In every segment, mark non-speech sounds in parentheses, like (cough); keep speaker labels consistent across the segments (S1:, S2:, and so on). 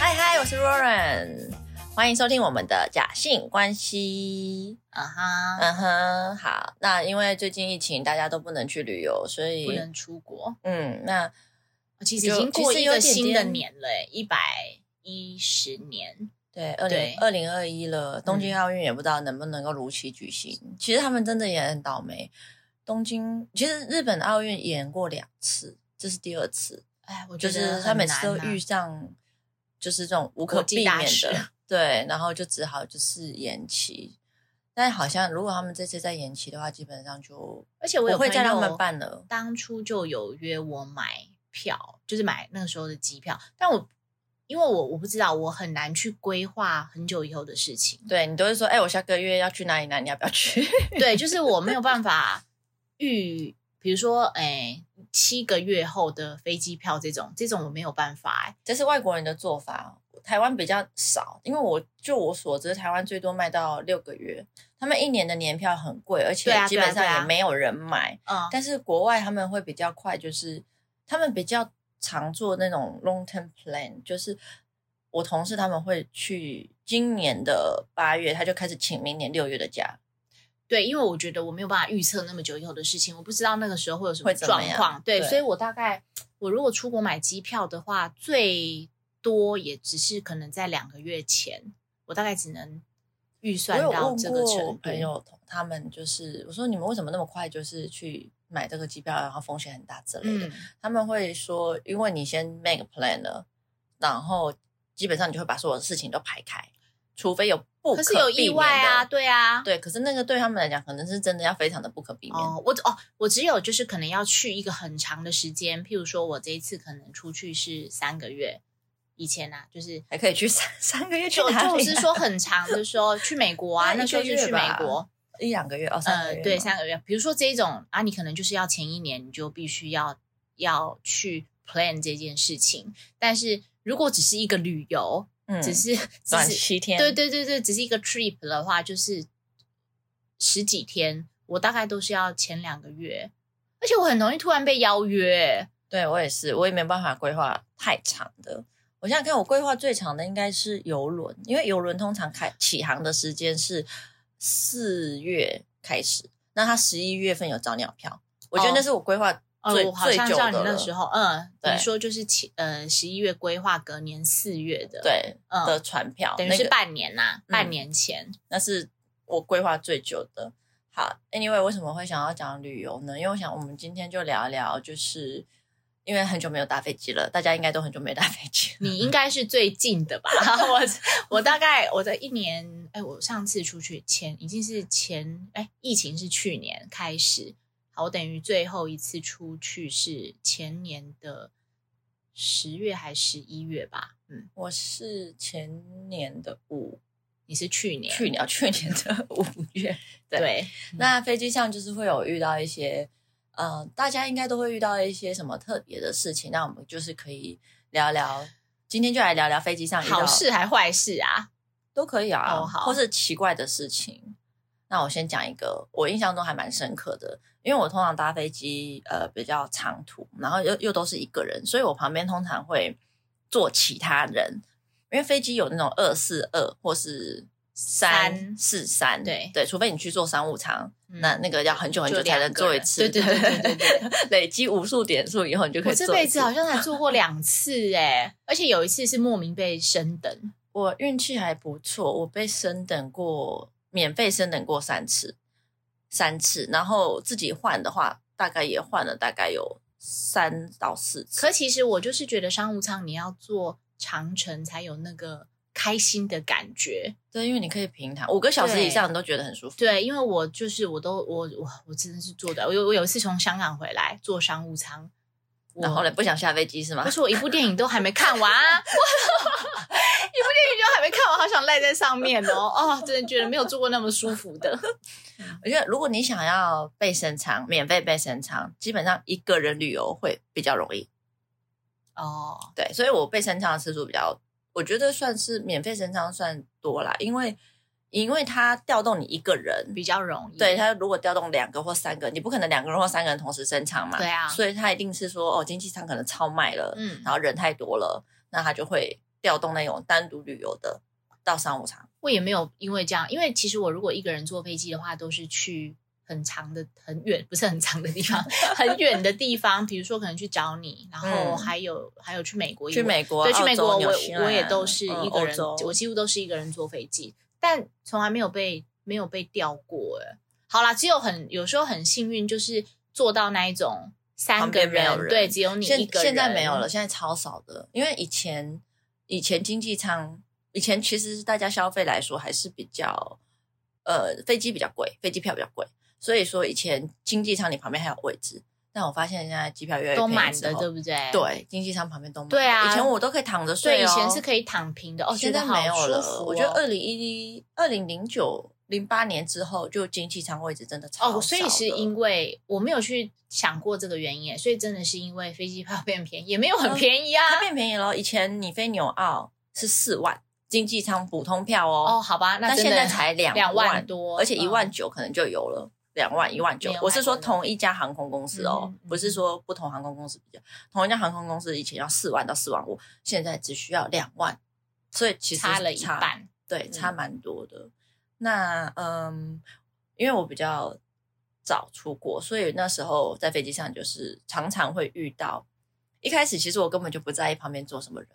S1: 嗨嗨，我是 Roran，欢迎收听我们的假性关系。
S2: 啊哈，
S1: 嗯哼，好，那因为最近疫情，大家都不能去旅游，所
S2: 不
S1: 以
S2: 能出国。哦
S1: 嗯，那
S2: 其实已
S1: 就
S2: 经
S1: 其
S2: 过
S1: 实
S2: 一
S1: 有
S2: 个
S1: 点
S2: 新的
S1: 点
S2: 年了，一百一十年。
S1: 对二零
S2: 对
S1: 二零二一了，东京奥运也不知道能不能够如期举行。其实他们真的也很倒霉，东京其实日本奥运演过两次，这是第二次，
S2: 哎，我
S1: 就
S2: 觉得
S1: 是他
S2: 很
S1: 每次都
S2: 难啊
S1: 遇上就是这种无可
S2: 国际
S1: 避
S2: 大
S1: 免
S2: 事 (laughs)
S1: 的，对，然后就只好就是延期。但好像如果他们这次再延期的话，基本上就
S2: 而且我
S1: 不
S2: 有
S1: 会
S2: 朋
S1: 再让他
S2: 友
S1: 们办了。
S2: 当初就有约我买票，就是买那个时候的机票，但我因为我我不知道，我很难去规划很久以后的事情。
S1: 对你都会说，哎、我下个月要去哪里哪里，你要不要去？ (laughs)
S2: 对，就是我没有办法预，比如说，哎，七个月后的飞机票这种，这种我没有办法、哎，
S1: 这是外国人的做法，台湾比较少，因为我就我所知，台湾最多卖到六个月，他们一年的年票很贵，而且
S2: 对啊
S1: 基本
S2: 对啊
S1: 上
S2: 对啊
S1: 也没有人买。
S2: 嗯，
S1: 但是国外他们会比较快，就是他们比较常做那种 long term plan，就是我同事他们会去今年的八月，他就开始请明年六月的假，
S2: 对，因为我觉得我没有办法预测那么久以后的事情，我不知道那个时候会有什
S1: 会
S2: 么
S1: 怎么
S2: 状
S1: 样
S2: 况。对，
S1: 对
S2: 所以我大概我如果出国买机票的话，最多也只是可能在两个月前，我大概只能预算
S1: 我有
S2: 到
S1: 问
S2: 这个
S1: 过
S2: 程
S1: 我
S2: 度。
S1: 朋友他们就是我说你们为什么那么快就是去买这个机票，然后风险很大之类的？
S2: 嗯，
S1: 他们会说，因为你先 make plan 了，然后基本上你就会把所有的事情都排开，除非有不
S2: 可是有
S1: 避
S2: 意
S1: 免
S2: 外
S1: 的
S2: 啊，对啊，
S1: 对，可是那个对他们来讲，可能是真的要非常的不可避免。
S2: 哦，我只哦，我只有就是可能要去一个很长的时间，譬如说我这一次可能出去是三个月以前啊，就是
S1: 还可以去三三个月去
S2: 就
S1: 哪里啊、
S2: 就是说很长的时候去美国啊，
S1: 那一
S2: 那时候
S1: 个
S2: 就
S1: 月
S2: 去美
S1: 吧
S2: 国。
S1: (laughs) 一两个月哦，三个
S2: 呃
S1: 月吗、，
S2: 对，三个月。比如说这一种啊，你可能就是要前一年你就必须要要去 plan 这件事情，但是如果只是一个旅游，
S1: 嗯，
S2: 只是只
S1: 短
S2: 是
S1: 七天，
S2: 对对对对，只是一个 trip 的话，就是十几天，我大概都是要前两个月，而且我很容易突然被邀约。
S1: 对我也是，我也没办法规划太长的。我想想看，我规划最长的应该是游轮，因为游轮通常开起航的时间是四月开始，那它十一月份有早鸟票，我觉得
S2: 哦
S1: 那是我规划
S2: 哦，
S1: 最、
S2: 我好
S1: 最
S2: 像
S1: 久
S2: 知道
S1: 的
S2: 你那时
S1: 候
S2: 候，嗯，
S1: 对
S2: 你说就是前呃十一月规划隔年四月的，，
S1: 对、
S2: 嗯
S1: 的船票，
S2: 等于
S1: 那
S2: 是
S1: 个
S2: 半年呐、
S1: 嗯
S2: 半年前，
S1: 那是我规划最久的。好，Anyway，为什么会想要讲旅游呢？因为我想我们今天就聊一聊，就是因为很久没有搭飞机了，大家应该都很久没有搭飞机 (laughs) 了。
S2: 你应该是最近的
S1: (laughs)
S2: 吧？我我大概我在一年，哎，我上次出去前已经是前，哎，疫情是去年开始，好，我等于最后一次出去是前年的十月还十一月吧？嗯，
S1: 我是前年的五，
S2: 你是去年，
S1: 去年啊去年的
S2: (laughs)
S1: 五月。对
S2: 对，
S1: 那飞机上就是会有遇到一些，呃，大家应该都会遇到一些什么特别的事情，那我们就是可以聊聊。今天就来聊聊飞机上遇到
S2: 好事还坏事啊？
S1: 都可以啊，
S2: 哦好
S1: 或是奇怪的事情。那我先讲一个我印象中还蛮深刻的，因为我通常搭飞机呃比较长途，然后又又都是一个人，所以我旁边通常会坐其他人，因为飞机有那种二四二或是三
S2: 三
S1: 四三，
S2: 对
S1: 对，除非你去坐商务舱，
S2: 嗯
S1: 那那个要很久很久
S2: 就
S1: 才
S2: 两
S1: 能
S2: 个
S1: 坐一
S2: 人对
S1: 次，
S2: 对对对对对，
S1: (laughs) 累积无数点数以后，你就可
S2: 我
S1: 以
S2: 这
S1: 坐一次。
S2: 辈子好像才做过两次哎、而且有一次是莫名被升等，
S1: 我运气还不错，我被升等过，免费升等过三次，三次，然后自己换的话，大概也换了大概有三到四次。
S2: 可其实我就是觉得商务舱你要坐长程才有那个开心的感觉。
S1: 对，因为你可以平躺五个小时以上，你都觉得很舒服。
S2: 对，因为我就是我都我我我真的是坐的，我有我有一次从香港回来坐商务舱，我
S1: 然后呢，不想下飞机是吗
S2: 可？是我一部电影都还没看完啊， (laughs) 一部电影都还没看完，好想赖在上面哦，哦，真的觉得没有坐过那么舒服的。
S1: (laughs) 我觉得如果你想要被升舱，免费被升舱，基本上一个人旅游会比较容易。
S2: 哦，
S1: 对，所以我被升舱的次数比较，我觉得算是免费升舱算多啦，因为因为它调动你一个人，
S2: 比较容易。
S1: 对他如果调动两个或三个，你不可能两个人或三个人同时升场嘛。
S2: 对啊
S1: 所以他一定是说哦，经济舱可能超卖了，
S2: 嗯
S1: 然后人太多了，那他就会调动那种单独旅游的到商务舱。
S2: 我也没有因为这样，因为其实我如果一个人坐飞机的话，都是去很长的、很远，不是很长的地方，很远的地方，比如说可能去找你，然后
S1: 嗯
S2: 还有、还有去美国，
S1: 去美国、
S2: 对，去美国
S1: 澳洲
S2: 我
S1: 纽西兰
S2: 我也都是一个人，
S1: 嗯欧洲
S2: 我几乎都是一个人坐飞机，但从来没有被没有被调过。哎，好啦，只有很有时候很幸运，就是坐到那一种三
S1: 旁
S2: 个
S1: 边没
S2: 人，
S1: 有人
S2: 对，只有你一
S1: 现
S2: 个人。
S1: 现在没有了，，现在超少的，因为以前以前经济舱，以前其实大家消费来说还是比较，呃，飞机比较贵，飞机票比较贵，所以说以前经济舱你旁边还有位置，但我发现现在机票越来越
S2: 都
S1: 便宜
S2: 满
S1: 之
S2: 的，
S1: 后
S2: 对不对？。
S1: 对，经济舱旁边都满的
S2: 对啊
S1: 以前我都可以躺着
S2: 所以
S1: 睡、哦，
S2: 以前是可以躺平的哦，
S1: 现
S2: 觉得
S1: 在
S2: 好
S1: 没有
S2: 舒
S1: 了。
S2: 服哦
S1: 我觉得二零一二零零九零八年之后，就经济舱位置真的超
S2: 哦，所以
S1: 少
S2: 是
S1: 了
S2: 因为我没有去想过这个原因，欸所以真的是因为飞机票变便宜，也没有很
S1: 嗯
S2: 便宜啊。
S1: 它变便宜了。以前你飞纽澳是四万经济舱普通票哦，
S2: 哦，好吧，那
S1: 但
S2: 真
S1: 现
S2: 的
S1: 在才两
S2: 两
S1: 万，
S2: 多，
S1: 而且一万
S2: 嗯
S1: 九可能就有了。两万一万九
S2: 没有，
S1: 我是说
S2: 买过
S1: 同一家航空公司哦，
S2: 嗯嗯嗯
S1: 不是说不同航空公司比较，同一家航空公司以前要四万到四万五，现在只需要两万，所以其实
S2: 差了一
S1: 差
S2: 半。
S1: 对，
S2: 嗯
S1: 差蛮多的。那嗯，因为我比较早出国，所以那时候在飞机上就是常常会遇到。一开始其实我根本就不在意旁边坐什么人，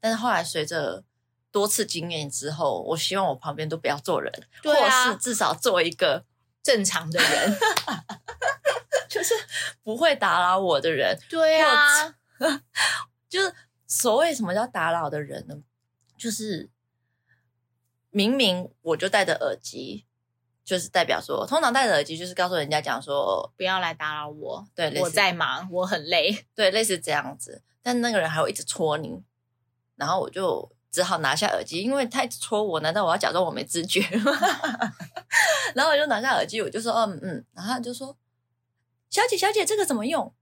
S1: 但是后来随着多次经验之后，我希望我旁边都不要坐人，
S2: 对啊
S1: 或是至少坐一个
S2: 正常的人。
S1: 就是不会打扰我的人。
S2: 对
S1: 啊，就是所谓什么叫打扰的人呢？就是明明我就戴着耳机，就是代表说，通常戴着耳机就是告诉人家讲说，
S2: 不要来打扰我，
S1: 对，类似
S2: 我在忙，我很累。
S1: 对，类似这样子。但那个人还会一直戳你，然后我就只好拿下耳机，因为他一直戳我，难道我要假装我没知觉吗？ (laughs) 然后我就拿下耳机，我就说嗯嗯，然后他就说小姐小姐这个怎么用？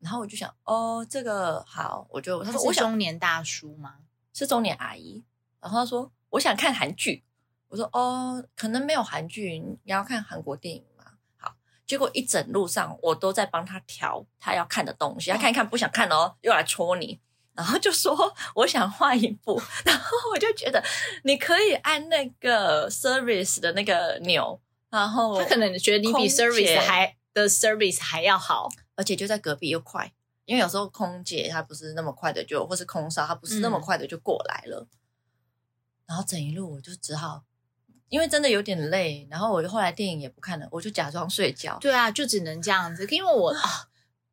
S1: 然后我就想哦这个好，我就他
S2: 他
S1: 说
S2: 是
S1: 我想
S2: 中年大叔吗？
S1: 是中年阿姨，然后她说我想看韩剧，我说哦，可能没有韩剧，你要看韩国电影嘛。好，结果一整路上我都在帮她调她要看的东西，她看一看不想看哦，又来戳你。然后就说我想换一部，然后我就觉得你可以按那个 service 的那个钮，然后
S2: 他可能觉得你比
S1: 空姐
S2: service 还的 service 还要好，
S1: 而且就在隔壁又快，因为有时候空姐她不是那么快的就，或是空少她不是那
S2: 嗯
S1: 么快的就过来了。然后整一路我就只好，因为真的有点累，然后我后来电影也不看了，我就假装睡觉。
S2: 对啊，就只能这样子。因为我啊，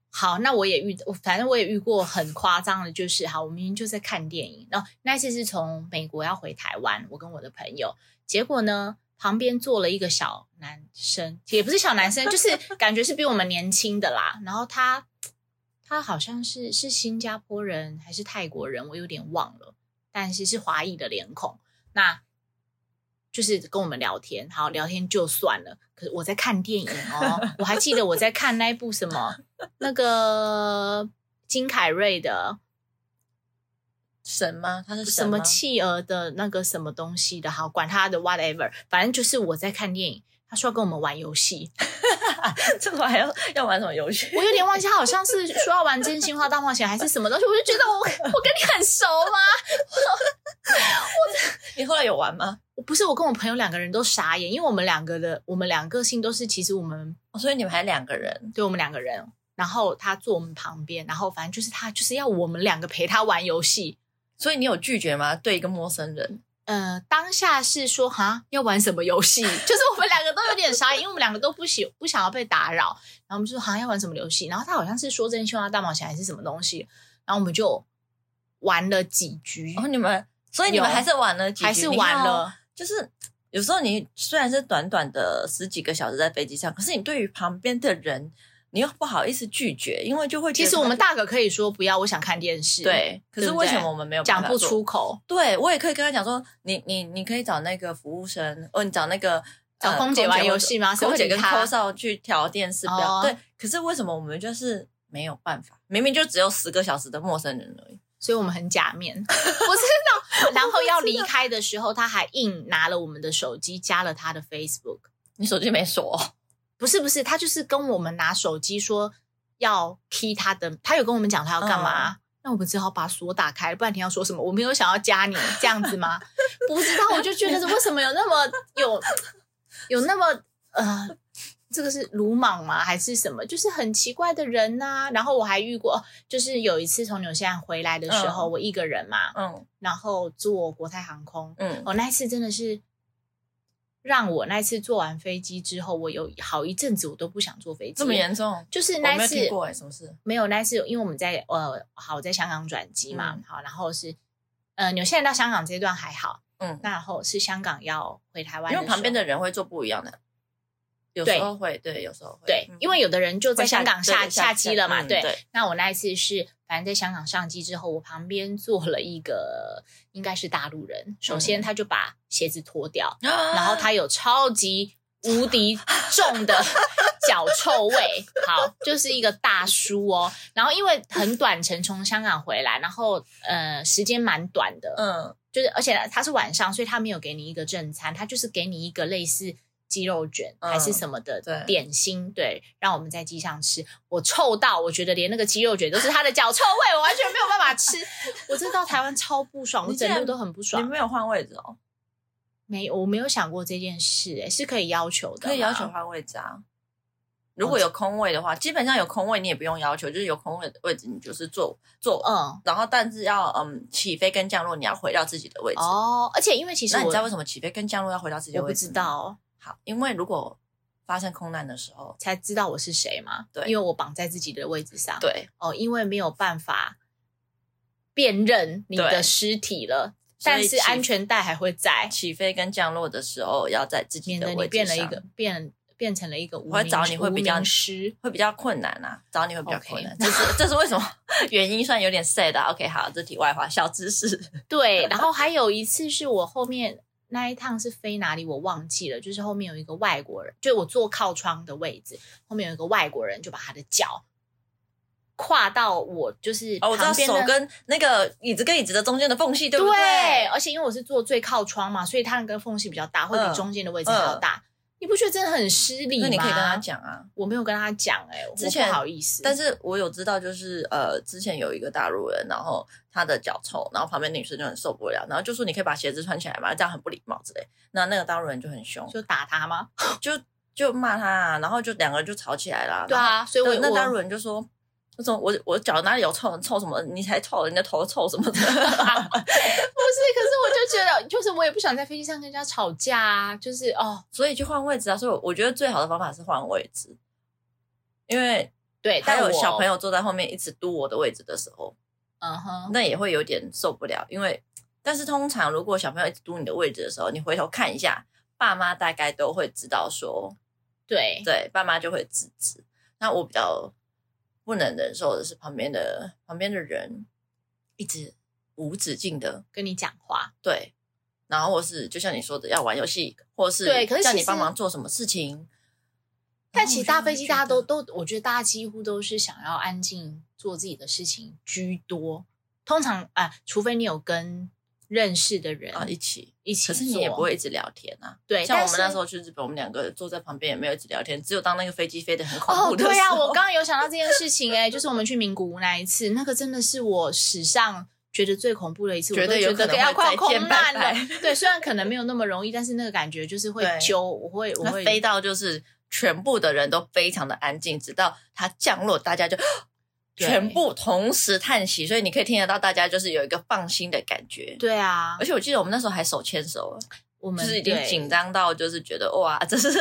S2: 好，那我也遇，我反正我也遇过很夸张的，就是好，我明明就在看电影，然后那一次是从美国要回台湾，我跟我的朋友，结果呢，旁边坐了一个小男生，也不是小男生，就是感觉是比我们年轻的啦。然后他，他好像是是新加坡人还是泰国人，我有点忘了，但是是华裔的脸孔。那就是跟我们聊天，好聊天就算了。可是我在看电影哦，我还记得我在看那一部什么那个金凯瑞的
S1: 神吗？他是
S2: 什
S1: 神吗
S2: 么
S1: (laughs)
S2: 企鹅的那个什么东西的，好管他的 whatever，反正就是我在看电影。他说要跟我们玩游戏，
S1: 这个还要要玩什么游戏？
S2: 我有点忘记他好像是说要玩真心话大冒险还是什么东西，我就觉得我我跟你很熟吗？
S1: (laughs)
S2: (laughs)
S1: 你后来有玩吗？
S2: 我不是，我跟我朋友两个人都傻眼，因为我们两个的我们两个性都是，其实我们
S1: 哦所以你们还两个人，
S2: 对我们两个人，然后他坐我们旁边，然后反正就是他就是要我们两个陪他玩游戏。
S1: 所以你有拒绝吗？对一个陌生人，
S2: 呃，当下是说哈要玩什么游戏， (laughs) 就是我们两个都有点傻眼，因为我们两个都不喜不想要被打扰，然后我们就说哈要玩什么游戏，然后他好像是说真心话大冒险还是什么东西，然后我们就玩了几局，
S1: 然后你们，所以你们
S2: 有
S1: 还是玩哦了几局，
S2: 还是
S1: 你
S2: 玩
S1: 看哦
S2: 了，
S1: 就是有时候你虽然是短短的十几个小时在飞机上，可是你对于旁边的人，你又不好意思拒绝，因为就会觉
S2: 其
S1: 得
S2: 实我们大可可以说不要，我想看电视，，
S1: 对，可是
S2: 对不
S1: 为什
S2: 对
S1: 么我们没有办
S2: 讲
S1: 法
S2: 不
S1: 做
S2: 出？口，
S1: 对我也可以跟他讲说，你你你可以找那个服务生，哦，你找那个
S2: 找
S1: 呃
S2: 空姐玩游戏吗？谁
S1: 空
S2: 会
S1: 姐
S2: 理
S1: 跟
S2: 他
S1: c？少去调电视表。
S2: 哦
S1: 对，可是为什么我们就是没有办法？明明就只有十个小时的陌生人而已。
S2: 所以我们很假面， (laughs) 我知道。然后要离开的时候，他还硬拿了我们的手机，加了他的 Facebook。
S1: 你手机没锁、哦，
S2: 不是不是，他就是跟我们拿手机说要踢他的，他有跟我们讲他要干嘛，那我们只好把锁打开，不然你要说什么？我没有想要加你这样子吗？不知道，我就觉得为什么有那么有有那么呃，这个是鲁莽吗？还是什么？就是很奇怪的人呐、然后我还遇过，哦就是有一次从纽西兰回来的时候，
S1: 嗯
S2: 我一个人嘛，
S1: 嗯
S2: 然后坐国泰航空，
S1: 嗯，
S2: 哦，那一次真的是让我那一次坐完飞机之后，我有好一阵子我都不想坐飞机，
S1: 这么严重，
S2: 就是
S1: 我
S2: 那
S1: 没
S2: 一
S1: 有
S2: 次
S1: 听过哎，什么事？
S2: 没有，那次因为我们在呃，好，我在香港转机嘛，
S1: 嗯
S2: 好，然后是呃，纽西兰到香港这一段还好，
S1: 嗯，
S2: 那然后是香港要回台湾，
S1: 因为旁边的人会做不一样的，有时候会，对，有时候会，
S2: 对
S1: 嗯，
S2: 因为有的人就在
S1: 会
S2: 香港下
S1: 对
S2: 机了嘛，
S1: 嗯
S2: 对。
S1: 对，
S2: 那我那一次是，反正在香港上机之后，我旁边坐了一个应该是大陆人，首先
S1: 嗯
S2: 他就把鞋子脱掉，
S1: 然
S2: 然后他有超级无敌重
S1: (laughs)
S2: 的脚臭味，好，就是一个大叔哦。然后因为很短程从香港回来，然后呃时间蛮短的，
S1: 嗯
S2: 就是而且他是晚上，所以他没有给你一个正餐，他就是给你一个类似。鸡肉卷
S1: 嗯
S2: 还是什么的
S1: 对
S2: 点心，对，让我们在机上吃。我臭到我觉得连那个鸡肉卷都是他的脚臭味，我完全没有办法吃。 (laughs) 我真的到台湾超不爽，我
S1: 你竟
S2: 整
S1: 然
S2: 路都很不爽
S1: 你。没有换位置哦，
S2: 没有，我没有想过这件事、欸，是可以要求的，
S1: 可以要求。换位置啊。如
S2: 哦
S1: 果有空位的话，基本上有空位你也不用要求，就是有空位的位置你就是坐坐，
S2: 嗯，
S1: 然后但是要嗯起飞跟降落你要回到自己的位置。
S2: 哦，而且因为其实
S1: 那
S2: 我
S1: 你知道为什么起飞跟降落要回到自己的
S2: 我不
S1: 位置？
S2: 知。道，
S1: 好，因为如果发生空难的时候，
S2: 才知道我是谁嘛？
S1: 对
S2: 因为我绑在自己的位置上。，
S1: 对，
S2: 哦，因为没有办法辨认你
S1: 对
S2: 的尸体了，
S1: 所以
S2: 但是
S1: 起
S2: 安全带还会在，
S1: 起飞跟降落的时候要在自己
S2: 免
S1: 的
S2: 得
S1: 位置
S2: 你变了一
S1: 上
S2: 个变变成了一个无
S1: 我会
S2: 名
S1: 找你会比较
S2: 无名尸。
S1: 会比较困难啊，找你会比较困难
S2: OK
S1: 这是这是为什么原因，算有点 sad 啊。OK，好，这题外话，小知识。 (laughs)
S2: 对，然后还有一次是我后面那一趟是飞哪里我忘记了，就是后面有一个外国人，就我坐靠窗的位置，后面有一个外国人就把他的脚跨到我就是
S1: 哦，我知道
S2: 旁边的、
S1: 手跟那个椅子跟椅子的中间的缝隙，对不
S2: 对，而且因为我是坐最靠窗嘛，所以他那个缝隙比较大，会比
S1: 嗯
S2: 中间的位置还要
S1: 嗯
S2: 大。你不觉得真的很失礼吗？
S1: 那你可以跟他，讲啊。
S2: 我没有跟他讲哎、我
S1: 之前
S2: 不好意思，
S1: 但
S2: 是
S1: 是我有知道，就是呃，之前有一个大陆人，然后他的脚臭，然后旁边女生就很受不了，然后就说你可以把鞋子穿起来嘛，这样很不礼貌之类。那那个大陆人就很凶，
S2: 就打他吗？
S1: 就就骂他、啊，然后就两个人就吵起来啦。
S2: 对啊，所以
S1: 然
S2: 我
S1: 后，那那大陆
S2: 我
S1: 人就说。那种我我脚哪里有臭？臭什么？你才臭！人家头臭什么的。 (laughs)
S2: 不是，可是我就觉得，就是我也不想在飞机上跟人家吵架啊，就是哦，
S1: 所以去换位置啊！所以我我觉得最好的方法是换位置，因为
S2: 对，
S1: 还
S2: 但
S1: 有
S2: 我
S1: 小朋，友坐在后面一直嘟我的位置的时候，
S2: 嗯哼，
S1: 那也会有点受不了。因为，但是通常如果小朋友一直嘟你的位置的时候，你回头看一下，爸妈大概都会知道说，
S2: 对，
S1: 对，爸妈就会制止。那我比较不能忍受的是旁边的旁边的人一直无止境的
S2: 跟你讲话，
S1: 对，然后或是就像你说的要玩游戏，或是
S2: 对可是
S1: 叫
S2: 其
S1: 你帮
S2: 实
S1: 忙做什么事情。
S2: 但
S1: 然后
S2: 其
S1: 我
S2: 实
S1: 就
S2: 搭
S1: 会
S2: 飞机
S1: 觉
S2: 大家
S1: 得
S2: 都都，我觉得大家几乎都是想要安静做自己的事情居多，通常啊、除非你有跟认识的人
S1: 啊一起，
S2: 一起
S1: 可
S2: 做，
S1: 是你也不会一直聊天啊。
S2: 对，
S1: 像
S2: 但
S1: 我们那
S2: 是
S1: 时候去日本，我们两个坐在旁边也没有一直聊天，只有当那个飞机飞得很恐
S2: 哦，
S1: 怖的时候。
S2: 对啊，我刚刚有想到这件事情哎、
S1: (laughs)
S2: 就是我们去名古屋那一次，那个真的是我史上觉得最恐怖的一次，我
S1: 觉
S2: 都
S1: 得有
S2: 觉
S1: 可
S2: 得
S1: 能
S2: 要
S1: 会
S2: 快
S1: 再
S2: 要空
S1: 见
S2: 难
S1: 拜
S2: 了。
S1: 拜。
S2: (laughs) 对，虽然可能没有那么容易，但是那个感觉就是会
S1: 对
S2: 揪，我会我
S1: 那
S2: 会
S1: (laughs) 飞到就是全部的人都非常的安静，直到它降落，大家
S2: (gasps)
S1: 就
S2: 对
S1: 全部同时叹息，所以你可以听得到大家就是有一个放心的感觉。
S2: 对啊
S1: 而，且我记得我们那时候还手牵手了，
S2: 我
S1: 就
S2: 们
S1: 是已经
S2: 对
S1: 紧张到就是觉得哇，
S2: (laughs)
S1: 这是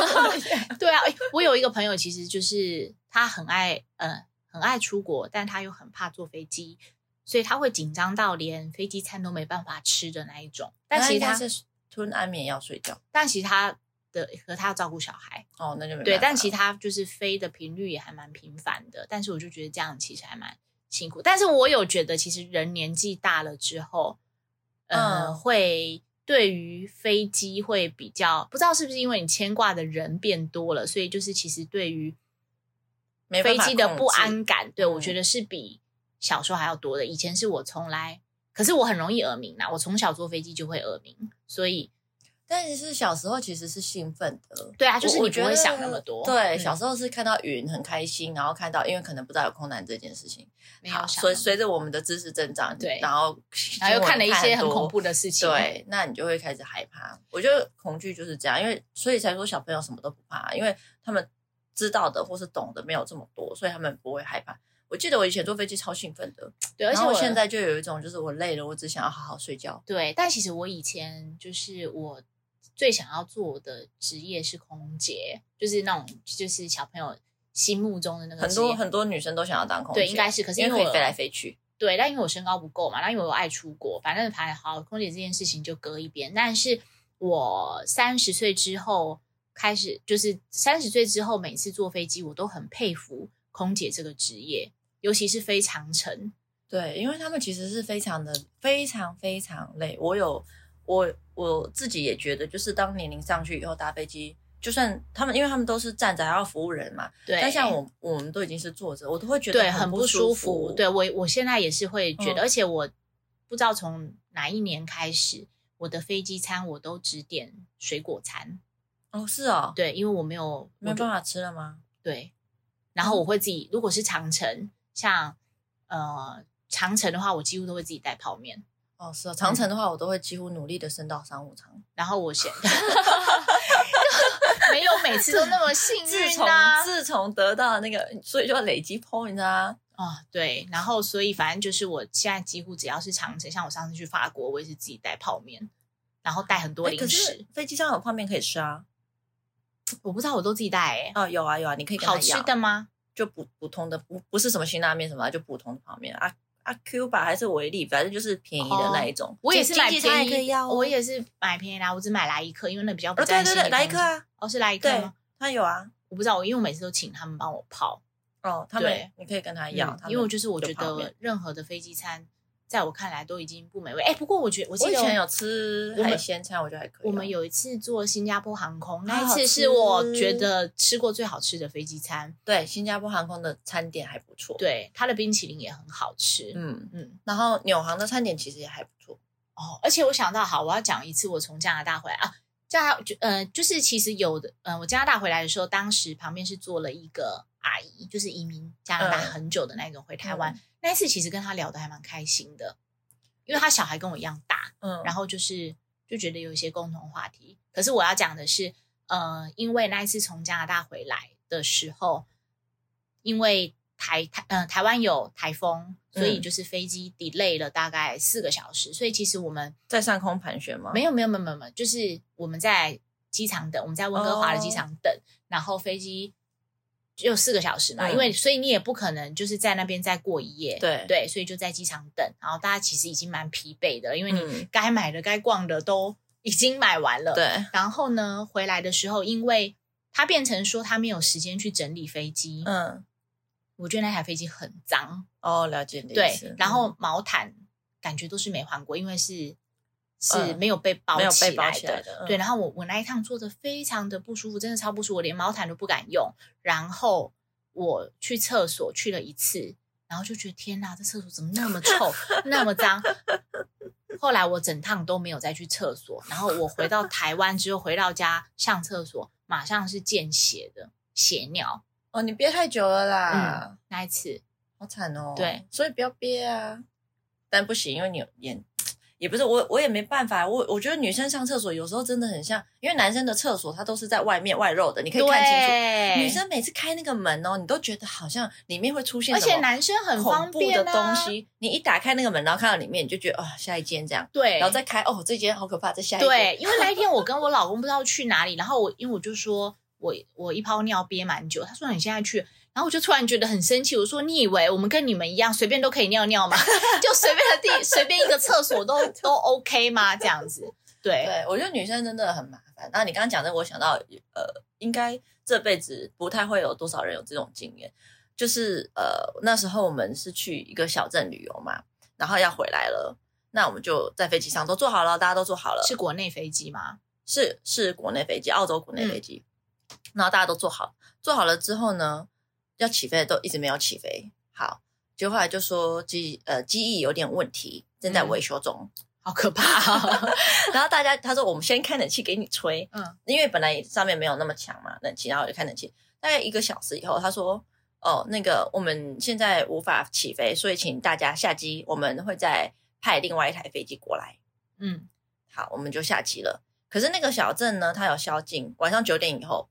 S1: 怎
S2: 对啊，诶我有一个朋友，其实就是他很爱，呃，很爱出国，但他又很怕坐飞机，所以他会紧张到连飞机餐都没办法吃的那一种。但其实他，
S1: 哎是吞安眠药睡觉
S2: 但其实他的和他要照顾小孩，
S1: 哦，那就没
S2: 对，
S1: 办法
S2: 但其
S1: 了
S2: 他就是飞的频率也还蛮频繁的。但是我就觉得这样其实还蛮辛苦。但是我有觉得，其实人年纪大了之后，呃，
S1: 嗯
S2: 会对于飞机会比较不知道是不是因为你牵挂的人变多了，所以就是其实对于
S1: 没办
S2: 飞
S1: 法
S2: 机的
S1: 控
S2: 不
S1: 制
S2: 安感，对、
S1: 嗯
S2: 我觉得是比小时候还要多的。以前是我从来，可是我很容易耳鸣啦，我从小坐飞机就会耳鸣，所以
S1: 但是小时候其实是兴奋的，
S2: 对啊，就是
S1: 我
S2: 你
S1: 我觉
S2: 不会
S1: 得
S2: 想那么多，
S1: 对，
S2: 嗯
S1: 小时候是看到云很开心，然后看到因为可能不知道有空难这件事情，
S2: 没有想那
S1: 随
S2: 么多，
S1: 随着我们的知识增长，
S2: 对
S1: 然后
S2: 然后又看了一些
S1: 新闻
S2: 很
S1: 多
S2: 恐怖的事情，，
S1: 对，那你就会开始害怕。我觉得恐惧就是这样，因为所以才说小朋友什么都不怕，因为他们知道的或是懂得没有这么多，所以他们不会害怕。我记得我以前坐飞机超兴奋的，
S2: 对，而且
S1: 然后
S2: 我
S1: 我现在就有一种就是我累了，我只想要好好睡觉。
S2: 对，但其实我以前就是我最想要做的职业是空姐，就是那种就是小朋友心目中的那个
S1: 很
S2: 职业
S1: 多很多女生都想要当空姐，
S2: 对，应该是，可是
S1: 因
S2: 因
S1: 为
S2: 为
S1: 可
S2: 我
S1: 以飞来飞去。
S2: 对，但因为我身高不够嘛，那因为我爱出国，反正还好，空姐这件事情就搁一边。但是我三十岁之后开始，就是三十岁之后，每次坐飞机我都很佩服空姐这个职业，尤其是飞长城。
S1: 对，因为他们其实是非常的非常非常累。我有我我自己也觉得，就是当年龄上去以后搭飞机，就算他们，因为他们都是站着还要服务人嘛，
S2: 对，
S1: 但像我，我们都已经是坐着，我都会觉得
S2: 对
S1: 很
S2: 很不
S1: 舒
S2: 舒服。对我，我现在也是会觉得，
S1: 嗯
S2: 而且我不知道从哪一年开始，我的飞机餐我都只点水果餐。
S1: 哦，是哦，
S2: 对，因为我没有我
S1: 没有
S2: 就
S1: 办法吃了吗？
S2: 对，然后我会自己，如果是长城，像呃长城的话，我几乎都会自己带泡面。
S1: 哦，是哦，
S2: 嗯
S1: 长城的话，我都会几乎努力的升到商务舱。
S2: 然后我先 (laughs) 没有每次都那么幸
S1: 自
S2: 运啊
S1: 从
S2: 呐、
S1: 自从得到那个，所以就要累积 point 啊。
S2: 哦，对，然后所以反正就是我现在几乎只要是长城，像我上次去法国，我也是自己带泡面，然后带很多
S1: 哎诶可
S2: 零
S1: 是
S2: 食。
S1: 飞机上有泡面可以吃啊。
S2: 我不知道我都自己带、欸，
S1: 哦，有啊有啊，你可以跟
S2: 好
S1: 他一
S2: 吃
S1: 样，
S2: 的吗？
S1: 就普普通的，不不是什么辛拉面什么啊，就普通的泡面啊。啊 Q 吧还是维力，反正就是便宜的那一种。
S2: 哦我也是买
S1: 经济舱
S2: 便
S1: 也可以
S2: 宜，
S1: 要哦、
S2: 我也是买便宜啦，我只买来一克，因为那比较不
S1: 哦，对
S2: 占
S1: 对
S2: 心理
S1: 对，来一
S2: 空
S1: 颗
S2: 间。
S1: 啊，
S2: 哦，是来一克
S1: 对
S2: 吗？，
S1: 他有啊。
S2: 我不知道，因为我每次都请他们帮我泡。
S1: 哦，他们
S2: 对
S1: 你可以跟他要，
S2: 嗯
S1: 他们
S2: 因为我就是我
S1: 就
S2: 觉
S1: 泡面
S2: 得任何的飞机餐，在我看来都已经不美味。哎，不过我觉得我
S1: 我
S2: 记
S1: 以
S2: 得
S1: 前有吃
S2: 我们
S1: 海鲜餐，我觉得还可以、啊
S2: 我们，有一次坐新加坡航空，
S1: 好
S2: 那一
S1: 好
S2: 次
S1: 吃
S2: 是我觉得吃过最好吃的飞机餐。
S1: 对新加坡航空的餐点还不错。，
S2: 对，它的冰淇淋也很好吃。嗯
S1: 嗯，然后纽航的餐点其实也还不错。
S2: 哦，而且我想到，好，我要讲一次我从加拿大回来啊。加拿就呃，就是其实有的，呃，我加拿大回来的时候，当时旁边是坐了一个阿姨，就是移民加拿大
S1: 嗯
S2: 很久的那种回台湾。
S1: 嗯
S2: 那一次其实跟她聊的还蛮开心的，因为她小孩跟我一样大，
S1: 嗯，
S2: 然
S1: 后
S2: 后就是就觉得有一些共同话题。可是我要讲的是，呃，因为那一次从加拿大回来的时候，因为台台呃台湾有台风，所以
S1: 嗯
S2: 就是飞机 delay 了大概四个小时，所以其实我们
S1: 在上空盘旋吗？
S2: 没有没有没有没有没有，就是我们在机场等，我们在温哥华
S1: 哦
S2: 的机场等，然后飞机。只有四个小时嘛，
S1: 嗯
S2: 因为所以你也不可能就是在那边再过一夜，
S1: 对
S2: 对，所以就在机场等，然后大家其实已经蛮疲惫的了，因为你
S1: 嗯
S2: 该买的、该逛的都已经买完了。。
S1: 对，
S2: 然后呢，回来的时候，因为他变成说他没有时间去整理飞机，
S1: 嗯，
S2: 我觉得那台飞机很脏，
S1: 哦，了解你的意思。嗯
S2: 对。然后毛毯感觉都是没换过，因为是是没有被
S1: 嗯
S2: 包
S1: 没有
S2: 起来
S1: 被
S2: 的。
S1: 包起来的，嗯
S2: 对，，然后我我那一趟坐的非常的不舒服，真的超不舒服，我连毛毯都不敢用。然后我去厕所去了一次，然后就觉得天哪，这厕所怎么那么臭，那么脏。后来我整趟都没有再去厕所，然后我回到台湾之后回到家上厕所，马上是见血的血尿
S1: 哦，你憋太久了啦，
S2: 那一次。
S1: 好惨哦。
S2: 嗯对，
S1: 所以不要憋啊。但不行，因为你有眼。也不是我，我也没办法。我我觉得女生上厕所有时候真的很像，因为男生的厕所它都是在外面外露的，你可以看清楚。
S2: 对，
S1: 女生每次开那个门哦，你都觉得好像里面会出现
S2: 而
S1: 什
S2: 且
S1: 么
S2: 男生很
S1: 恐
S2: 方
S1: 怖的
S2: 便、啊、
S1: 东。西。你一打开那个门，然后看到里面，你就觉得啊、下一间这样，
S2: 对，
S1: 然后再开哦，这间好可怕，再下一间。
S2: 对，因为
S1: (laughs)
S2: 那一天我跟我老公不知道去哪里，然后我因为我就说我我一泡尿憋蛮久，他说你现在去，然后我就突然觉得很生气，我说你以为我们跟你们一样随便都可以尿尿吗？ (laughs) 就随便的地随便一个厕所
S1: (laughs)
S2: 都都 OK 吗？这样子，对
S1: 对，我觉得女生真的很麻烦。那你刚刚讲的，我想到呃，应该这辈子不太会有多少人有这种经验，就是呃，那时候我们是去一个小镇旅游嘛，然后要回来了，那我们就在飞机上都坐好了，大家都坐好了，
S2: 是国内飞机吗？
S1: 是是国内飞机，澳洲国内飞机，然后大家都坐好，坐好了之后呢，要起飞都一直没有起飞，好，结果后来就说机呃机翼有点问题，正在维修中， (laughs)
S2: 好可怕、哦！
S1: 然后大家他说我们先开冷气给你吹，
S2: 嗯，
S1: 因为本来上面没有那么强嘛，冷气，然后我就开冷气。大概一个小时以后，他说：“哦，那个我们现在无法起飞，所以请大家下机，我们会再派另外一台飞机过来。
S2: 嗯，”
S1: 好，我们就下机了。可是那个小镇呢，它有宵禁，晚上九点以后，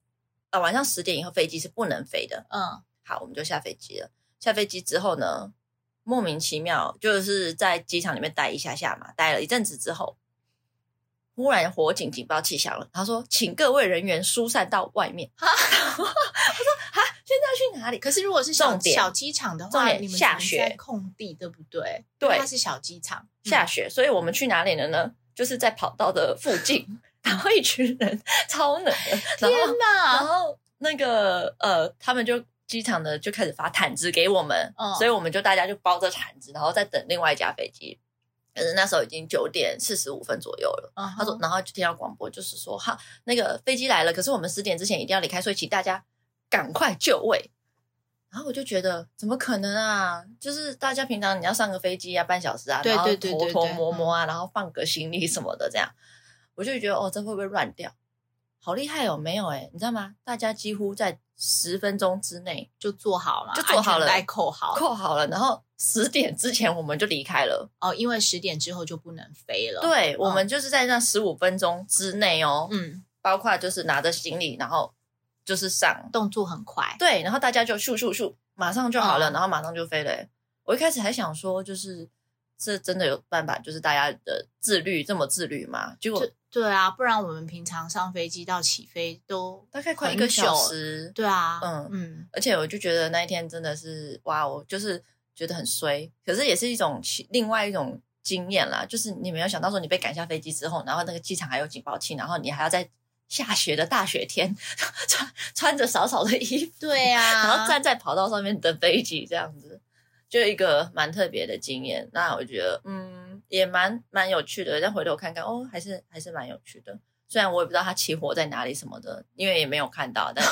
S1: 啊、晚上十点以后飞机是不能飞的。
S2: 嗯，
S1: 好，我们就下飞机了。下飞机之后呢，莫名其妙就是在机场里面待一下下嘛，待了一阵子之后，忽然火警警报器响了，他说：“请各位人员疏散到外面。”哈， (laughs) 嗯我说：“哈，现在要去哪里？”
S2: 可是如果是小
S1: 重点
S2: 小机场的
S1: 重
S2: 话，
S1: 点
S2: 你们
S1: 下
S2: 只能在
S1: 雪
S2: 空地，对不对？
S1: 对
S2: 因为它是小机场，嗯
S1: 下
S2: 雪，
S1: 雪，所以我们去哪里了呢？就是在跑道的附近， (laughs) 然后一群人 (laughs) 超冷的，然后
S2: 天
S1: 然
S2: 哪！
S1: 后那个呃，他们就机场的就开始发毯子给我们，
S2: 嗯
S1: 所以我们就大家就包着毯子，然后再等另外一架飞机。可是那时候已经九点四十五分左右了。
S2: 嗯哼
S1: 他说，然后就听到广播，就是说，哈，那个飞机来了，可是我们十点之前一定要离开，所以请大家赶快就位。然后我就觉得，怎么可能啊？就是大家平常你要上个飞机啊，半小时啊，
S2: 对
S1: 然后
S2: 对对对
S1: 偷偷
S2: 对嗯
S1: 摸摸啊，然后放个行李什么的，这样，我就觉得哦，这会不会乱掉？好厉害哦，没有哎、你知道吗？大家几乎在十分钟之内
S2: 就做好了，
S1: 就做好了
S2: 安全带扣好
S1: 扣好了，然后十点之前我们就离开了。
S2: 哦，因为十点之后就不能飞了。，
S1: 对，我们就是在那十五分钟之内哦，
S2: 嗯，
S1: 包括就是拿着行李，然后就是上，
S2: 动作很快，
S1: 对，然后大家就咻咻咻，马上就好了，
S2: 嗯
S1: 然后马上就飞了欸、我一开始还想说，就是这真的有办法，就是大家的自律这么自律吗？结果
S2: 对对啊，不然我们平常上飞机到起飞都
S1: 大概快一个
S2: 很久
S1: 小时，
S2: 对啊，
S1: 嗯
S2: 嗯，
S1: 而且我就觉得那一天真的是哇，我就是觉得很衰，可是也是一种其另外一种经验啦，就是你没有想到说你被赶下飞机之后，然后那个机场还有警报器，然后你还要在下雪的大雪天 (laughs) 穿穿着少少的衣服，
S2: 对啊，
S1: 然后站在跑道上面等飞机，这样子，就一个蛮特别的经验。那我觉得，嗯，也蛮蛮有趣的。再回头看看，哦，还是还是蛮有趣的。虽然我也不知道它起火在哪里什么的，因为也没有看到，但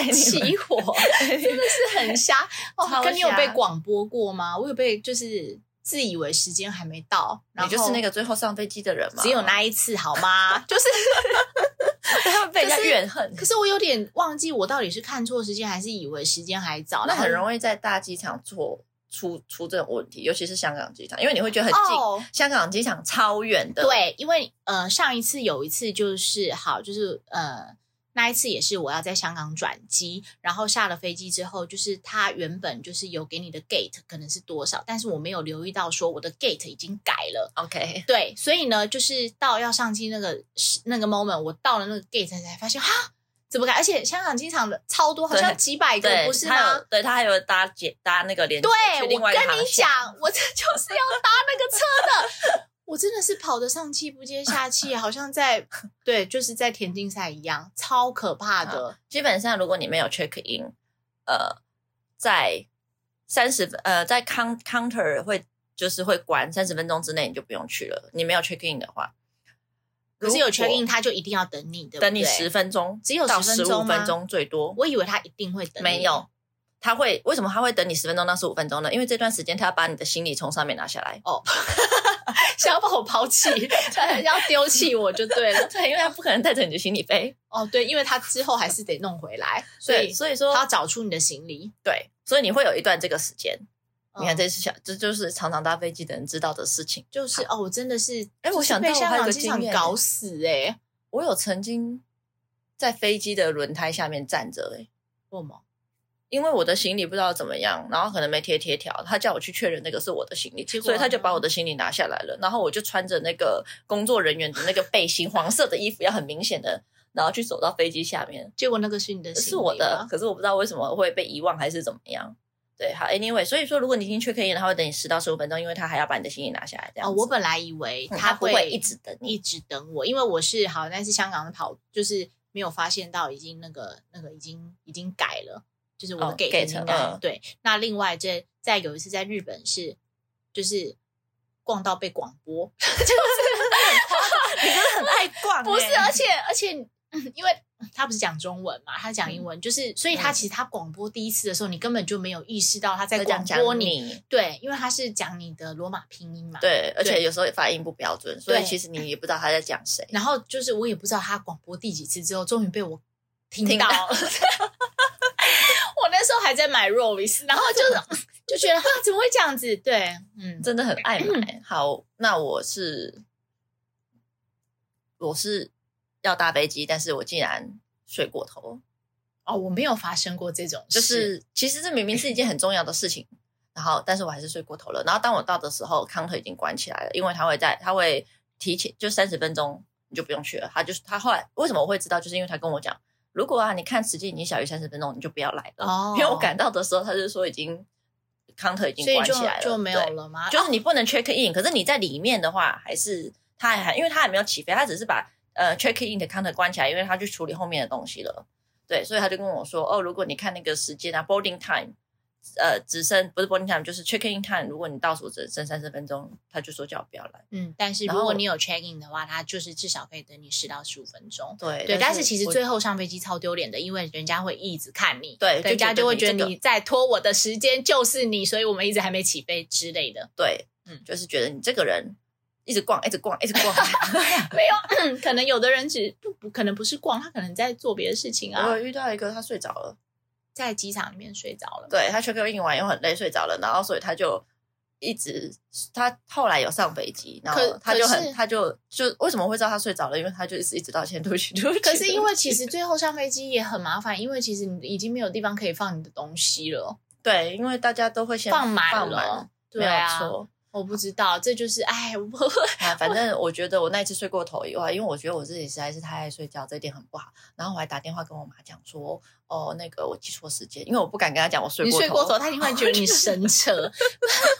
S2: 哎
S1: (laughs)
S2: 起火真的是很瞎哦
S1: 超。
S2: 跟你有被
S1: 瞎
S2: 广播过吗？我有被就是自以为时间还没到，然
S1: 你
S2: 后
S1: 就是那个最后上飞机的人嘛，
S2: 只有那一次好吗？ (laughs) 就是，
S1: 他们 (laughs) 被人家
S2: 就是
S1: 怨恨，
S2: 可是我有点忘记我到底是看错时间，还是以为时间还早，
S1: 那很
S2: 易
S1: 容易在大机场做出出这种问题，尤其是香港机场，因为你会觉得很近，
S2: 哦。
S1: 香港机场超远的，，
S2: 对，因为呃，上一次有一次就是好，就是呃，那一次也是我要在香港转机，然后下了飞机之后，就是他原本就是有给你的 gate 可能是多少，但是我没有留意到说我的 gate 已经改了。
S1: ，OK，
S2: 对，所以呢，就是到要上机那个时那个 moment，我到了那个 gate 才发现哈，怎么改？而且香港机场的超多，好
S1: 对
S2: 像几百个，
S1: 对，
S2: 不是
S1: 他
S2: 吗
S1: 有？对他还有搭接搭那个连接
S2: 对
S1: 去，另
S2: 我
S1: 外一
S2: 跟
S1: 个航
S2: 你
S1: 线，
S2: 讲，
S1: (laughs)
S2: 我这就是要搭那个车的。 (laughs) 我真的是跑得上气不接下
S1: (laughs)
S2: 气，好像在对，就是在田径赛一样，超可怕的。
S1: 基本上如果你没有 check in，呃，在三十呃在 count counter 会就是会关三十分钟之内你就不用去了，你没有 check in 的话，
S2: 可是有
S1: 如果
S2: check in，他就一定要等你，对不对？
S1: 等你十，分钟，
S2: 只有
S1: 到
S2: 10分
S1: 十
S2: 钟
S1: 五
S2: 吗
S1: 分钟最多，
S2: 我以为他一定会等你。
S1: 没有，他会为什么他会等你十分钟到十五分钟呢？因为这段时间他要把你的行李从上面拿下来。
S2: (laughs)
S1: (laughs)
S2: 想要把我抛弃，要丢弃我就对了。
S1: 对，因为他不可能带着你的行李飞，
S2: 哦，对，因为他之后还是得弄回来，所
S1: 所
S2: 以
S1: 以所以说
S2: 他要找出你的行李。
S1: 对，所以你会有一段这个时间。你看，
S2: 嗯
S1: 这是小，这就是常常搭飞机的人知道的事情。
S2: 就是哦，我真的是，
S1: 哎我
S2: 就是
S1: 想到
S2: 被
S1: 我
S2: 香
S1: 还有
S2: 港
S1: 个
S2: 机
S1: 经
S2: 场
S1: 验
S2: 搞死哎，
S1: 我有曾经在飞机的轮胎下面站着、欸，
S2: 我吗？
S1: 因为我的行李不知道怎么样，然后可能没贴贴条，他叫我去确认那个是我的行李，
S2: 结果
S1: 所以他就
S2: 呢
S1: 把我的行李拿下来了，然后我就穿着那个工作人员的那个背心，黄色的衣服，要很明显的，然后去走到飞机下面，
S2: 结果那个是你的行李吗，
S1: 是我的，可是我不知道为什么会被遗忘还是怎么样。对，好，anyway，所以说如果你已经 check in，了他会等你十到十五分钟，因为他还要把你的行李拿下来，这样
S2: 哦，
S1: 子。
S2: 我本来以为
S1: 嗯
S2: 他
S1: 不会一直等你，
S2: 一直等我，因为我是好，但是香港的跑就是没有发现到已经那个那个已经已经改了，就是我的
S1: 哦
S2: gate
S1: gate，
S2: 已经改了
S1: 嗯
S2: 对，那另外这再有一次在日本是就是逛到被广播，
S1: 你真的很爱逛
S2: (laughs)
S1: 欸、
S2: 不是，而且而且、嗯因为嗯他不是讲中文嘛，他讲英文，就是所以他
S1: 嗯
S2: 其实他广播第一次的时候，你根本就没有意识到他在
S1: 在
S2: 广
S1: 讲
S2: 播
S1: 讲
S2: 你，
S1: 你，
S2: 对，因为他是讲你的罗马拼音嘛，。
S1: 对，而且
S2: 对
S1: 有时候发音不标准，所以
S2: 对
S1: 其实你也不知道他在讲谁。
S2: 然后就是我也不知道他广播第几次之后，终于被我听
S1: 听
S2: 到
S1: 到
S2: (laughs) 了。我那时候还在买 Rolls，然后就是就觉得啊，怎么会这样子？对，嗯，
S1: 真的很爱买。好，那我是我是要搭飞机，但是我竟然睡过头，
S2: 哦，我没有发生过这种事，
S1: 就是其实这明明是一件很重要的事情，然后但是我还是睡过头了。然后当我到的时候，康特已经关起来了，因为他会在他会提前就三十分钟你就不用去了。他就是他后来为什么我会知道，就是因为他跟我讲，如果啊你看时间已经小于三十分钟，你就不要来了。
S2: 哦，
S1: 因为我赶到的时候，他就说已经康特已经
S2: 所以
S1: 关
S2: 就
S1: 起来了，
S2: 就没
S1: 对
S2: 有了吗？
S1: 就是你不能 check in，可是你在里面的话，还是他还还，因为他还没有起飞，他只是把呃 check in 的 counter 关起来，因为他去处理后面的东西了。对，所以他就跟我说，哦，如果你看那个时间啊，boarding time，呃，只剩不是 boarding time，就是 check in time，如果你倒数只剩三十分钟，他就说叫我不要来。
S2: 嗯，但是如
S1: 然后
S2: 果你有 check in 的话，他就是至少可以等你十到十五分钟。
S1: 对
S2: 对，但是其实
S1: 我
S2: 最后上飞机超丢脸的，因为人家会一直看你，
S1: 对就
S2: 人家
S1: 觉得
S2: 就会
S1: 你
S2: 觉
S1: 这
S2: 得
S1: 个
S2: 你在拖我的时间就是你，所以我们一直还没起飞之类的。
S1: 对，
S2: 嗯
S1: 嗯，就是觉得你这个人一直逛，一直逛，一直 (laughs) 逛。
S2: (clears throat) 可能有的人只不不可能不是逛，他可能在做别的事情啊
S1: 我，有遇到一个他睡着了，
S2: 在机场里面睡着了。
S1: 对他 check in 完又很累，睡着了，然后所以他就一直他后来有上飞机，然
S2: 可
S1: 后他
S2: 可
S1: 就
S2: 是
S1: 很他就就为什么会知道他睡着了？因为他就一直一直道歉，对不起，对不起。
S2: 可是因为其
S1: 实
S2: 实最后上飞机也很麻烦，因为其实你已经没有地方可以放你的东西了，
S1: 对，因为大家都会先
S2: 放满
S1: 放
S2: 了
S1: 满，。
S2: 对
S1: 没有
S2: 啊， (laughs)
S1: 错。
S2: 我不知道，这就是哎，
S1: (laughs)
S2: 我
S1: 啊，反正我觉得我那一次睡过头以外，因为我觉得我自己实在是太爱睡觉，这一点很不好。然后我还打电话跟我妈讲说，哦，那个我记错时间，因为我不敢跟她讲我睡
S2: 你
S1: 过头。
S2: 睡过头，他一定会觉得
S1: (laughs)
S2: 你神扯。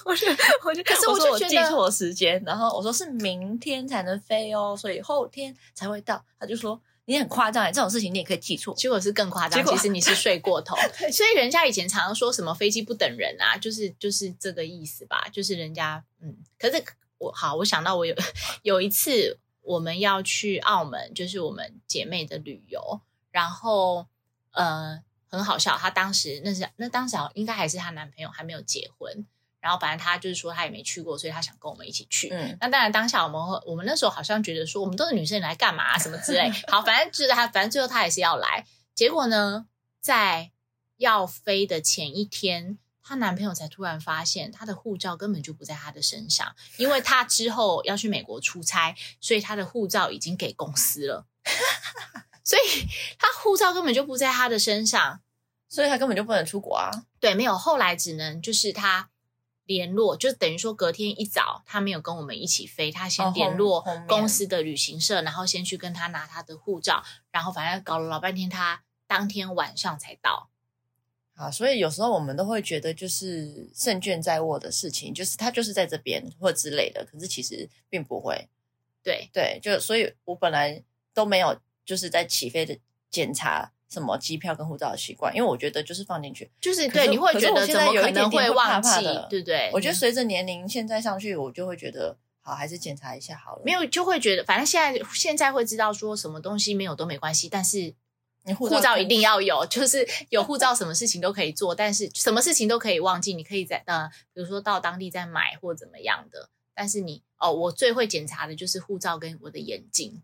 S1: 我就我就
S2: 可是
S1: 我
S2: 我
S1: 说
S2: 就
S1: 我
S2: 觉
S1: 记
S2: 得
S1: 错时间，然后我说是明天才能飞哦，所以后天才会到。他就说你很夸张欸，这种事情你也可以记错。
S2: 结果是更夸张，
S1: 结果
S2: 其实你是睡过
S1: (laughs)
S2: 头，所以人家以前常常说什么飞机不等人啊，就是就是这个意思吧，就是人家嗯，可是我好，我想到我有 (laughs) 有一次我们要去澳门，就是我们姐妹的旅游，然后呃很好笑，她当时那是那当时好应该还是她男朋友还没有结婚，然后反正她就是说她也没去过，所以她想跟我们一起去，
S1: 嗯，
S2: 那当然，当下我们会，我们那时候好像觉得说，我们都是女生，你来干嘛、啊什么之类。好，反正就是他，反正最后他也是要来。结果呢，在要飞的前一天，她男朋友才突然发现她的护照根本就不在她的身上，因为她之后要去美国出差，所以她的护照已经给公司了， (laughs) 所以她护照根本就不在她的身上。
S1: 所以他根本就不能出国啊。
S2: 对，没有，后来只能就是他联络，就等于说隔天一早他没有跟我们一起飞，他
S1: 哦
S2: 先
S1: 后
S2: 联络
S1: 后面
S2: 公司的旅行社，然后先去跟他拿他的护照，然后反正搞了老半天，他当天晚上才到。
S1: 啊，所以有时候我们都会觉得，就是胜券在握的事情，就是他就是在这边或之类的，可是其实并不会。
S2: 对，
S1: 对，就所以，我本来都没有就是在起飞的检查什么机票跟护照的习惯，因为我觉得就是放进去。
S2: 就是
S1: 可
S2: 对，
S1: 是
S2: 你会
S1: 可是
S2: 觉
S1: 我
S2: 得
S1: 现
S2: 怎
S1: 在
S2: 么
S1: 有
S2: 可
S1: 一点
S2: 能
S1: 点
S2: 会
S1: 怕
S2: 忘
S1: 怕
S2: 记
S1: 的，
S2: 对不对？
S1: 我觉得
S2: 嗯
S1: 随着年龄现在上去，我就会觉得好，还是检查一下好了。
S2: 没有，就会觉得反正现在现在会知道说什么东西没有都没关系，但是
S1: 你护
S2: 护
S1: 照
S2: 照
S1: 看
S2: 一定要有，就是有护照，什么事情都可以做，但是什么事情都可以忘记。你可以在呃，比如说到当地再买或怎么样的。但是你哦，我最会检查的就是护照跟我的眼镜，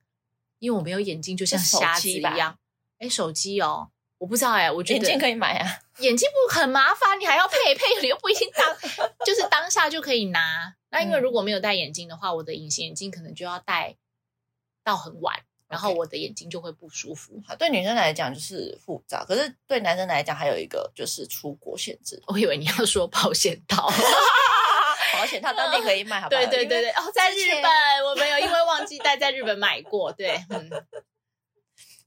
S2: 因为我没有眼镜就像
S1: 是手
S2: 瞎子
S1: 机
S2: 一
S1: 吧
S2: 样。哎，手机哦，我不知道哎，我觉
S1: 眼
S2: 得
S1: 镜可以买啊，
S2: 眼镜不很麻烦，你还要配 (laughs) 配，你又不一定当，就是当下就可以拿。那因为
S1: 嗯
S2: 如果没有戴眼镜的话，我的隐形眼镜可能就要戴到很晚，然后
S1: OK
S2: 我的眼睛就会不舒服。
S1: 好，对女生来讲就是护照，可是对男生来讲还有一个就是出国限制，
S2: 我以为你要说保险
S1: (laughs)
S2: 套。
S1: 保险套当地可以买，好不好？
S2: 啊 (laughs) 对对对
S1: 因
S2: 对，
S1: 为
S2: 哦，在
S1: 之
S2: 日
S1: 前
S2: 本我没有因为忘记带在日本买过，对，嗯，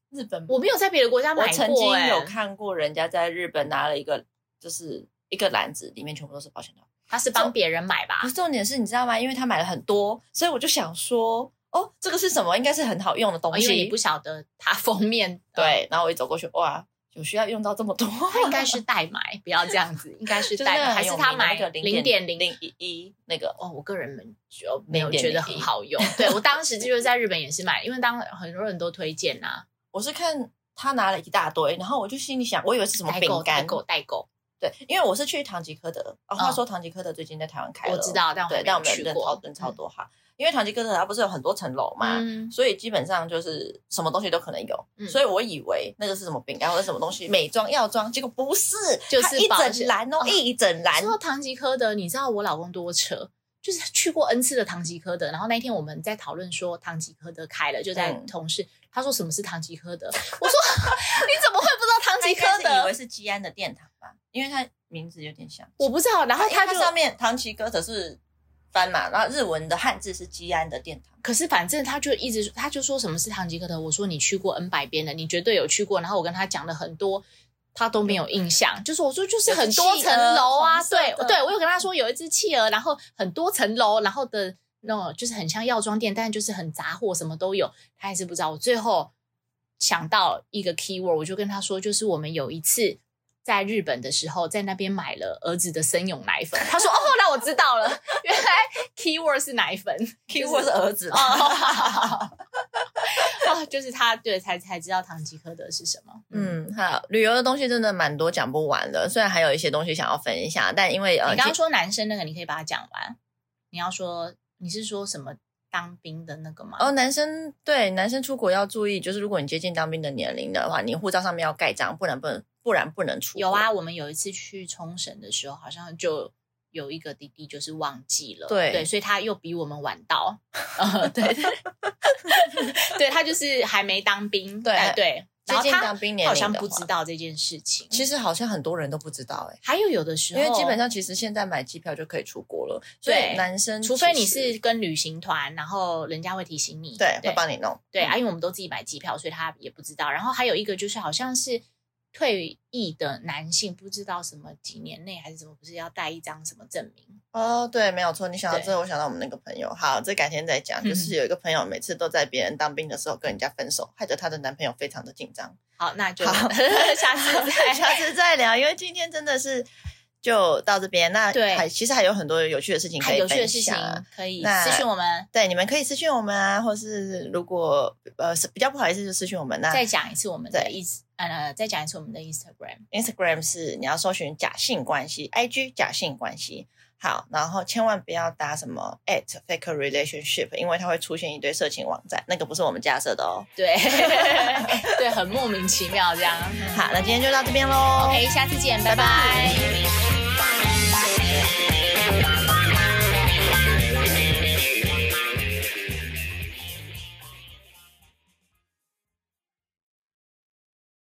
S1: 日本
S2: 我没有在别的国家买
S1: 我
S2: 过、欸，
S1: 曾经有，看过人家在日本拿了一个就是一个篮子，里面全部都是保险套。
S2: 他是帮别人买吧
S1: 不？是重点是，你知道吗？因为他买了很多，所以我就想说，哦，这个是什么？应该是很好用的东
S2: 哦
S1: 西。
S2: 因为你不晓得它封面，呃，
S1: (laughs) 对，然后我一走过去，哇，有需要用到这么多？ (laughs)
S2: 他应该是代买，不要这样子，应该是
S1: 就是那
S2: 代
S1: 个
S2: 买，还
S1: 很
S2: 是
S1: 有
S2: 他
S1: 名的那
S2: 买
S1: 个
S2: 零点
S1: 点
S2: 零？
S1: 零一一那个
S2: 哦，我个人们就没有
S1: 0.01
S2: 觉得很好用。对我当时就是在日本也是买，因为当很多人都推荐呐、啊
S1: 我是看他拿了一大堆，然后我就心里想，我以为是什么
S2: 代
S1: 饼
S2: 购代
S1: 干，
S2: 购代购，
S1: 对，因为我是去唐吉诃德。哦，话
S2: 嗯
S1: 说唐吉诃德最近在台湾开了，
S2: 我知，道，但我
S1: 对，
S2: 还没
S1: 但我
S2: 有
S1: 们
S2: 去
S1: 人超
S2: 过。
S1: 人超多哈，因为唐吉诃德它不是有很多层楼嘛，
S2: 嗯，
S1: 所以基本上就是什么东西都可能有，
S2: 嗯
S1: 所以我以为那个是什么饼干或者什么东西，美妆药妆，结果不是，
S2: 就是
S1: 它一
S2: 保
S1: 整
S2: 险
S1: 篮哦，
S2: 哦
S1: 一整篮
S2: 说。到唐吉诃德，你知道我老公多扯，就是去过 N 次的唐吉诃德。然后那一天我们在讨论说唐吉诃德开了，就在
S1: 嗯
S2: 同事、他说什么是唐吉诃德，我说 (laughs) 你怎么会不知道唐
S1: 他
S2: 吉
S1: 应该
S2: 诃
S1: 是以
S2: 德
S1: 为？是基安的殿堂吧，因为它名字有点像。
S2: 我不知道，然后
S1: 因为
S2: 他
S1: 它
S2: 就，
S1: 上面唐吉诃德是斑马，然后日文的汉字是基安的殿堂。
S2: 可是反正他就一直他就说什么是唐吉诃德，我说你去过 N 百遍了，你绝对有去过。然后我跟他讲了很多。他都没有印象，就是我说就是很多层楼啊，
S1: 有只企鹅
S2: 对
S1: 黄色的
S2: 对，我有跟他说有一只企鹅，然后很多层楼，然后的那种就是很像药妆店，但就是很杂货，什么都有，他还是不知道。我最后想到一个 keyword，我就跟他说，就是我们有一次在日本的时候，在那边买了儿子的生永奶粉，他说哦，那我知道了，原来 keyword 是奶粉 (laughs)
S1: keyword 是儿子
S2: 哦，啊，哦就是他对才才知道唐吉诃德是什么。嗯，
S1: 嗯，好，旅游的东西真的蛮多，讲不完的。虽然还有一些东西想要分一下，但因为呃，
S2: 你刚刚
S1: 其
S2: 说男生那个，你可以把它讲完。你要说你是说什么当兵的那个吗？
S1: 哦，男生对男生出国要注意，就是如果你接近当兵的年龄的话，你护照上面要盖章，不然不能，不然不能出国。
S2: 有啊，我们有一次去冲绳的时候，好像就有一个弟弟就是忘记了，
S1: 对
S2: 所以他又比我们晚到， (laughs) 呃，对，对他就是还没当兵，
S1: 对
S2: 哎对，
S1: 接
S2: 然后
S1: 近
S2: 他
S1: 当兵
S2: 他
S1: 年龄
S2: 好像
S1: 的
S2: 不
S1: 话
S2: 知道这件事情，
S1: 其实好像很多人都不知道哎、
S2: 还有有的时
S1: 因
S2: 候，
S1: 为基本上其实现在买机票就可以出国了，所以
S2: 对
S1: 男生
S2: 除非你
S1: 其实
S2: 是跟旅行团，然后人家会提醒你，
S1: 对会
S2: 对
S1: 帮你弄
S2: 对
S1: 嗯
S2: 啊，因为我们都自己买机票，所以他也不知道。然后还有一个就是，好像是退役的男性，不知道什么几年内还是什么，不是要带一张什么证明？
S1: 哦，对，没有错。你想到
S2: 对
S1: 这个，我想到我们那个朋友，好，这改天再讲。
S2: 嗯
S1: 就是有一个朋友，每次都在别人当兵的时候跟人家分手，害得她的男朋友非常的紧张。
S2: 好，那就
S1: 好
S2: (laughs) 下次 (laughs)
S1: 下
S2: 再。
S1: 次再聊，因为今天真的是就到这边。那
S2: 对
S1: 还其实还有很多有趣的事情可
S2: 还 (laughs)
S1: 以
S2: 有趣的
S1: 分
S2: 事情
S1: 享。
S2: 可以
S1: 那
S2: 私讯我们，
S1: 对，你们可以私讯我们啊，或是如果呃是比较不好意思就私讯我们那
S2: 再讲一次我们的
S1: 啊对
S2: ins 呃，再讲一次我们的 Instagram。
S1: Instagram 是你要搜寻假性关系，IG 假性关系。好，然后千万不要搭什么 at faker relationship，因为它会出现一堆色情网站，那个不是我们架设的哦。
S2: 对 (laughs) 对，很莫名其妙这样。
S1: 好，那今天就到这边喽。
S2: OK，下次见，拜
S1: 拜拜
S2: 拜